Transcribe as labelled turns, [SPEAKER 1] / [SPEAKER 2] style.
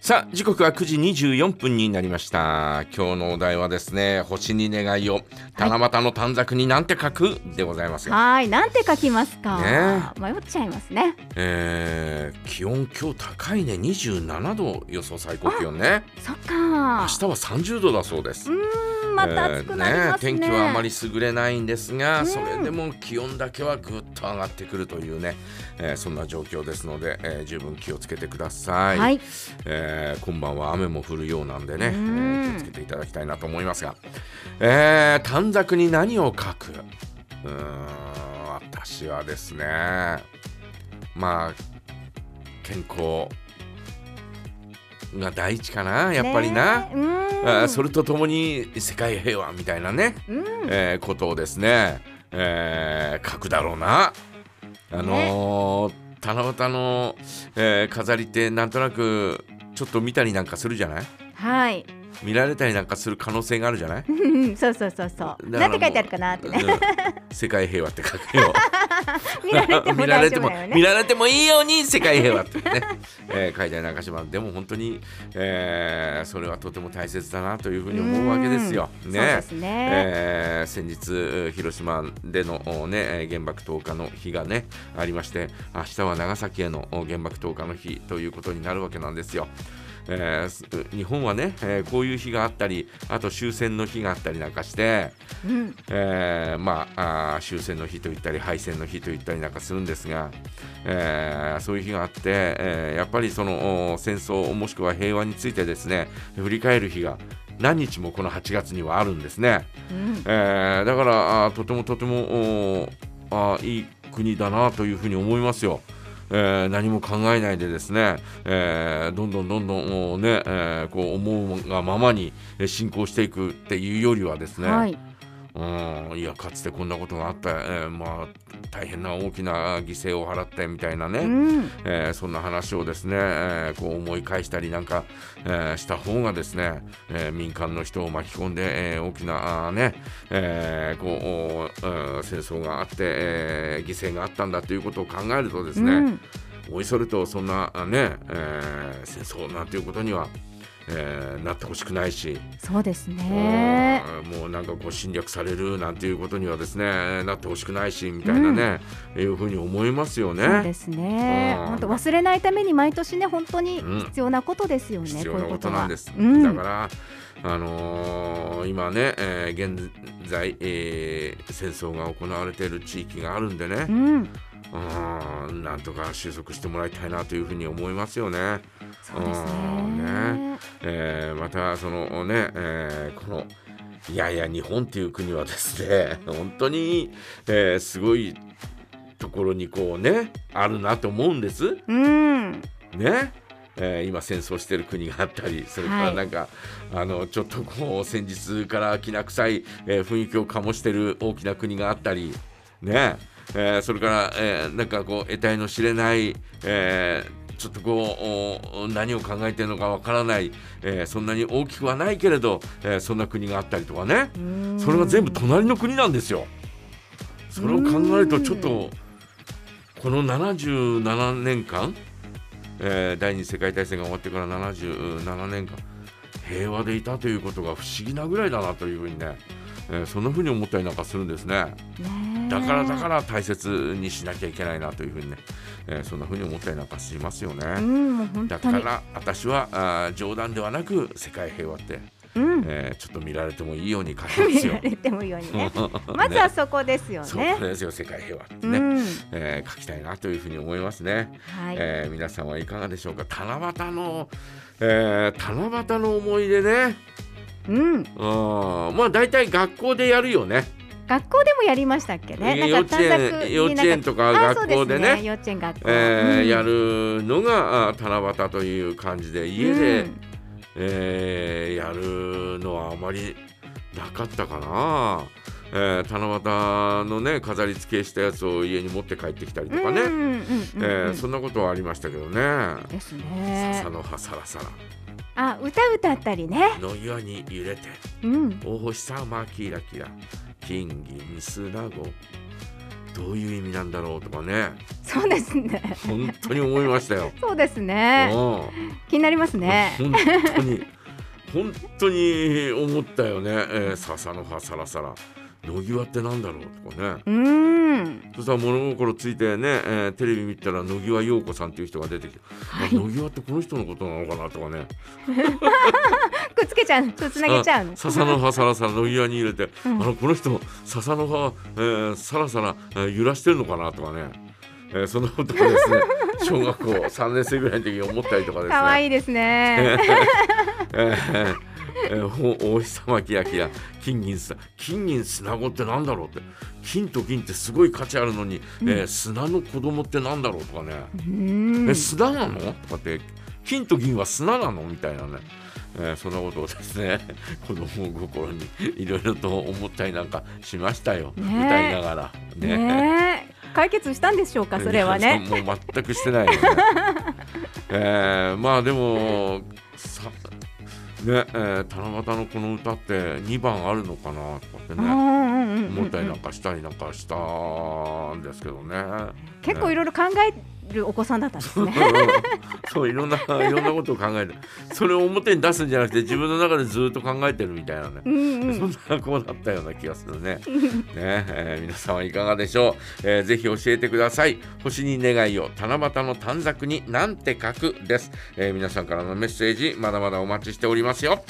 [SPEAKER 1] さあ時刻は9時24分になりました今日のお題はですね星に願いを七夕の短冊になんて書くでございますよ、
[SPEAKER 2] はい、なんて書きますか。
[SPEAKER 1] ね
[SPEAKER 2] 迷っちゃいますね。
[SPEAKER 1] えー、気温今日高いね27度予想最高気温ね
[SPEAKER 2] そっか。
[SPEAKER 1] 明日は30度だそうです
[SPEAKER 2] うーん、また暑くなりますね。
[SPEAKER 1] えー天気はあまり優れないんですが、
[SPEAKER 2] うん
[SPEAKER 1] それでも気温だけはぐっと上がってくるというね、えーそんな状況ですので、えー十分気をつけてください、
[SPEAKER 2] はい。
[SPEAKER 1] えー今晩は雨も降るようなんでね、え
[SPEAKER 2] うん
[SPEAKER 1] ー気をつけていただきたいなと思いますが、えー短冊に何を書くうーん私はですねまあ健康が第一かなやっぱりな。
[SPEAKER 2] ねえ。うー
[SPEAKER 1] あ
[SPEAKER 2] ん。
[SPEAKER 1] それとともに世界平和みたいなね、
[SPEAKER 2] うん。
[SPEAKER 1] えーことをですね、えー書くだろうな。あのー七夕の、えー飾りってなんとなくちょっと見たりなんかするじゃない
[SPEAKER 2] はい。
[SPEAKER 1] 見られたりなんかする可能性があるじゃない
[SPEAKER 2] うんそうそうそうそう。
[SPEAKER 1] だから
[SPEAKER 2] なん
[SPEAKER 1] もう
[SPEAKER 2] て書いてあるかなってね。
[SPEAKER 1] うん世界平和って書くよ。
[SPEAKER 2] 見られても
[SPEAKER 1] 見ら
[SPEAKER 2] 大
[SPEAKER 1] れ
[SPEAKER 2] 丈
[SPEAKER 1] て
[SPEAKER 2] 夫
[SPEAKER 1] も
[SPEAKER 2] だよ
[SPEAKER 1] 見
[SPEAKER 2] ね。
[SPEAKER 1] られてもいいように世界平和って ね、えー、書いてある中島でも本当に、えーそれはとても大切だなというふうに思うわけですよ。
[SPEAKER 2] うん
[SPEAKER 1] ね
[SPEAKER 2] そうですね
[SPEAKER 1] えー先日えー広島でのおねえー原爆投下の日がねありまして明日は長崎へのお原爆投下の日ということになるわけなんですよ。えーす日本はね、えーこういう日があったりあと終戦の日があったりなんかして、
[SPEAKER 2] うん。
[SPEAKER 1] えーまああー終戦の日と言ったり敗戦の日と言ったりなんかするんですが、えーそういう日があって、えーやっぱりそのお戦争もしくは平和についてですね振り返る日が何日もこの8月にはあるんですね、
[SPEAKER 2] うん。
[SPEAKER 1] えーだからあーとてもとてもおあーいい国だなというふうに思いますよ。えー何も考えないでですね、えーどんどんどんどんおね、えーこう思うがままにえー進行していくっていうよりはですね、
[SPEAKER 2] はい。
[SPEAKER 1] うんいやかつてこんなことがあった、えーまあ、大変な大きな犠牲を払ってみたいなね、
[SPEAKER 2] うん。
[SPEAKER 1] えーそんな話をですね、えーこう思い返したりなんか、えーした方がですね、えー民間の人を巻き込んで、えー大きなあーね、えーこうおーうん戦争があって、えー犠牲があったんだということを考えるとですね、
[SPEAKER 2] うん
[SPEAKER 1] おいそれとそんなあね、えー戦争なんていうことには、えーなってほしくないし。
[SPEAKER 2] そうですね。
[SPEAKER 1] うんもうなんかこう侵略されるなんていうことにはですねなってほしくないしみたいなね、いうふうに思いますよ
[SPEAKER 2] そう
[SPEAKER 1] ね
[SPEAKER 2] で。すね。
[SPEAKER 1] うん
[SPEAKER 2] 本当忘れないために毎年ね本当に
[SPEAKER 1] うん
[SPEAKER 2] 必要なことですよね。
[SPEAKER 1] 必要な
[SPEAKER 2] こういう
[SPEAKER 1] こと
[SPEAKER 2] は
[SPEAKER 1] なんです。
[SPEAKER 2] うん。
[SPEAKER 1] だから、あのー今ね、えー現在、えー戦争が行われている地域があるんでね
[SPEAKER 2] う、ん。
[SPEAKER 1] うんなんとか収束してもらいたいなというふうに思いますよね。
[SPEAKER 2] そうです
[SPEAKER 1] うん
[SPEAKER 2] ね。
[SPEAKER 1] えーまたそのね、えーこのいやいや日本っていう国はですね 本当に、えーすごいところにこうねあるなと思うんです
[SPEAKER 2] うん。
[SPEAKER 1] ね。えー今戦争してる国があったりそれからなんか、あのちょっとこう先日からきな臭い、えー雰囲気を醸してる大きな国があったりね、えーそれから、えーなんかこう得体の知れない、えーちょっとこうお何を考えてるのかわからない、えーそんなに大きくはないけれど、えーそんな国があったりとかね
[SPEAKER 2] うん
[SPEAKER 1] それが全部隣の国なんですよ。それを考えるとちょっとこの77年間、えー第二次世界大戦が終わってから77年間平和でいたということが不思議なぐらいだなというふうにね、えーそんなふうに思ったりなんかするんですね
[SPEAKER 2] ね
[SPEAKER 1] だからだからら大切にしなきゃいけないなというふうにね、えーそんなふうに思ったりなんかしますよ
[SPEAKER 2] う
[SPEAKER 1] ね
[SPEAKER 2] んもう本
[SPEAKER 1] だ
[SPEAKER 2] 当
[SPEAKER 1] か
[SPEAKER 2] に
[SPEAKER 1] ら私はあー冗談ではなく世界平和って、
[SPEAKER 2] うん
[SPEAKER 1] えーちょっと見られてもいいように書くんで
[SPEAKER 2] 見
[SPEAKER 1] すよ
[SPEAKER 2] られてもいいように ねまずはそこですよ
[SPEAKER 1] そう
[SPEAKER 2] ね
[SPEAKER 1] これですよ世界平和って
[SPEAKER 2] う
[SPEAKER 1] ね、
[SPEAKER 2] ん
[SPEAKER 1] えー書きたいなというふうに思いますね、
[SPEAKER 2] はい
[SPEAKER 1] えー皆さんはいかがでしょうか七夕の、えー七夕の思い出ね
[SPEAKER 2] うん
[SPEAKER 1] うんまあ大体学校でやるよね
[SPEAKER 2] 学校でもやりましたっけね
[SPEAKER 1] い
[SPEAKER 2] な
[SPEAKER 1] や
[SPEAKER 2] んか短冊に
[SPEAKER 1] 幼稚園幼稚園とか
[SPEAKER 2] なん
[SPEAKER 1] 学校でね
[SPEAKER 2] あそうす幼稚園学校
[SPEAKER 1] えー
[SPEAKER 2] うん
[SPEAKER 1] やるのがあ七夕という感じで家で、
[SPEAKER 2] うん
[SPEAKER 1] えーやるのはあまりなかったかな、えー七夕のね飾り付けしたやつを家に持って帰ってきたりとかね、
[SPEAKER 2] うんうんうんうん
[SPEAKER 1] えーそんなことはありましたけどね
[SPEAKER 2] ですね
[SPEAKER 1] 笹の葉さらさら
[SPEAKER 2] あ歌歌ったりね
[SPEAKER 1] の岩に揺れて
[SPEAKER 2] うん
[SPEAKER 1] お星様キラキラ金銀スラゴどういう意味なんだろうとかね
[SPEAKER 2] そうですね。
[SPEAKER 1] 本当に思いましたよ。
[SPEAKER 2] そうです
[SPEAKER 1] うん
[SPEAKER 2] ね。
[SPEAKER 1] 本
[SPEAKER 2] 気になりますね。
[SPEAKER 1] 当に本当に思ったよね、えー笹の葉さらさら野際ってなんだろうとかね
[SPEAKER 2] うーん。
[SPEAKER 1] そしたら物心ついてね、えーテレビ見たら野際陽子さんっていう人が出てきて、あ
[SPEAKER 2] はい
[SPEAKER 1] 野際ってこの人のことなのかなとかね
[SPEAKER 2] くっつけちゃう。つつなげちゃうの
[SPEAKER 1] あ。笹の葉さらさら野際に入れて、
[SPEAKER 2] うん
[SPEAKER 1] あのこの人笹の葉、えー、さらさら、えー揺らしてるのかなとかね、えーそんなことをですね小学校3年生ぐらいの時に思ったりとかですね
[SPEAKER 2] 可愛いですね。
[SPEAKER 1] えーえーお大石様キラキラ金銀砂金銀砂子ってなんだろうって金と銀ってすごい価値あるのに、えー砂の子供ってなんだろうとかね、
[SPEAKER 2] うー
[SPEAKER 1] え
[SPEAKER 2] ん。
[SPEAKER 1] 砂なのとかって金と銀は砂なのみたいなね、えーそんなことをですね 子供心にいろいろと思ったりなんかしましたよ、
[SPEAKER 2] ねえ
[SPEAKER 1] 歌いながらね
[SPEAKER 2] ねえ。解決したんでしょう か、それはね。
[SPEAKER 1] いやもう全くしてないよ ねえーまあでもさねえー七夕のこの歌って2番あるのかなとかって
[SPEAKER 2] う
[SPEAKER 1] ね
[SPEAKER 2] んうんうんうん
[SPEAKER 1] 思ったりなんかしたりなんかしたんですけどね。
[SPEAKER 2] 結構いろいろ考えるお子さんだったんですね。
[SPEAKER 1] そういろんないろんなことを考えてそれを表に出すんじゃなくて自分の中でずっと考えてるみたいなね
[SPEAKER 2] う。んうん。
[SPEAKER 1] そんな子だったような気がするね。ね、 えー皆さんはいかがでしょう、えーぜひ教えてください。星に願いを七夕の短冊になんて書くです、えー皆さんからのメッセージまだまだお待ちしておりますよ。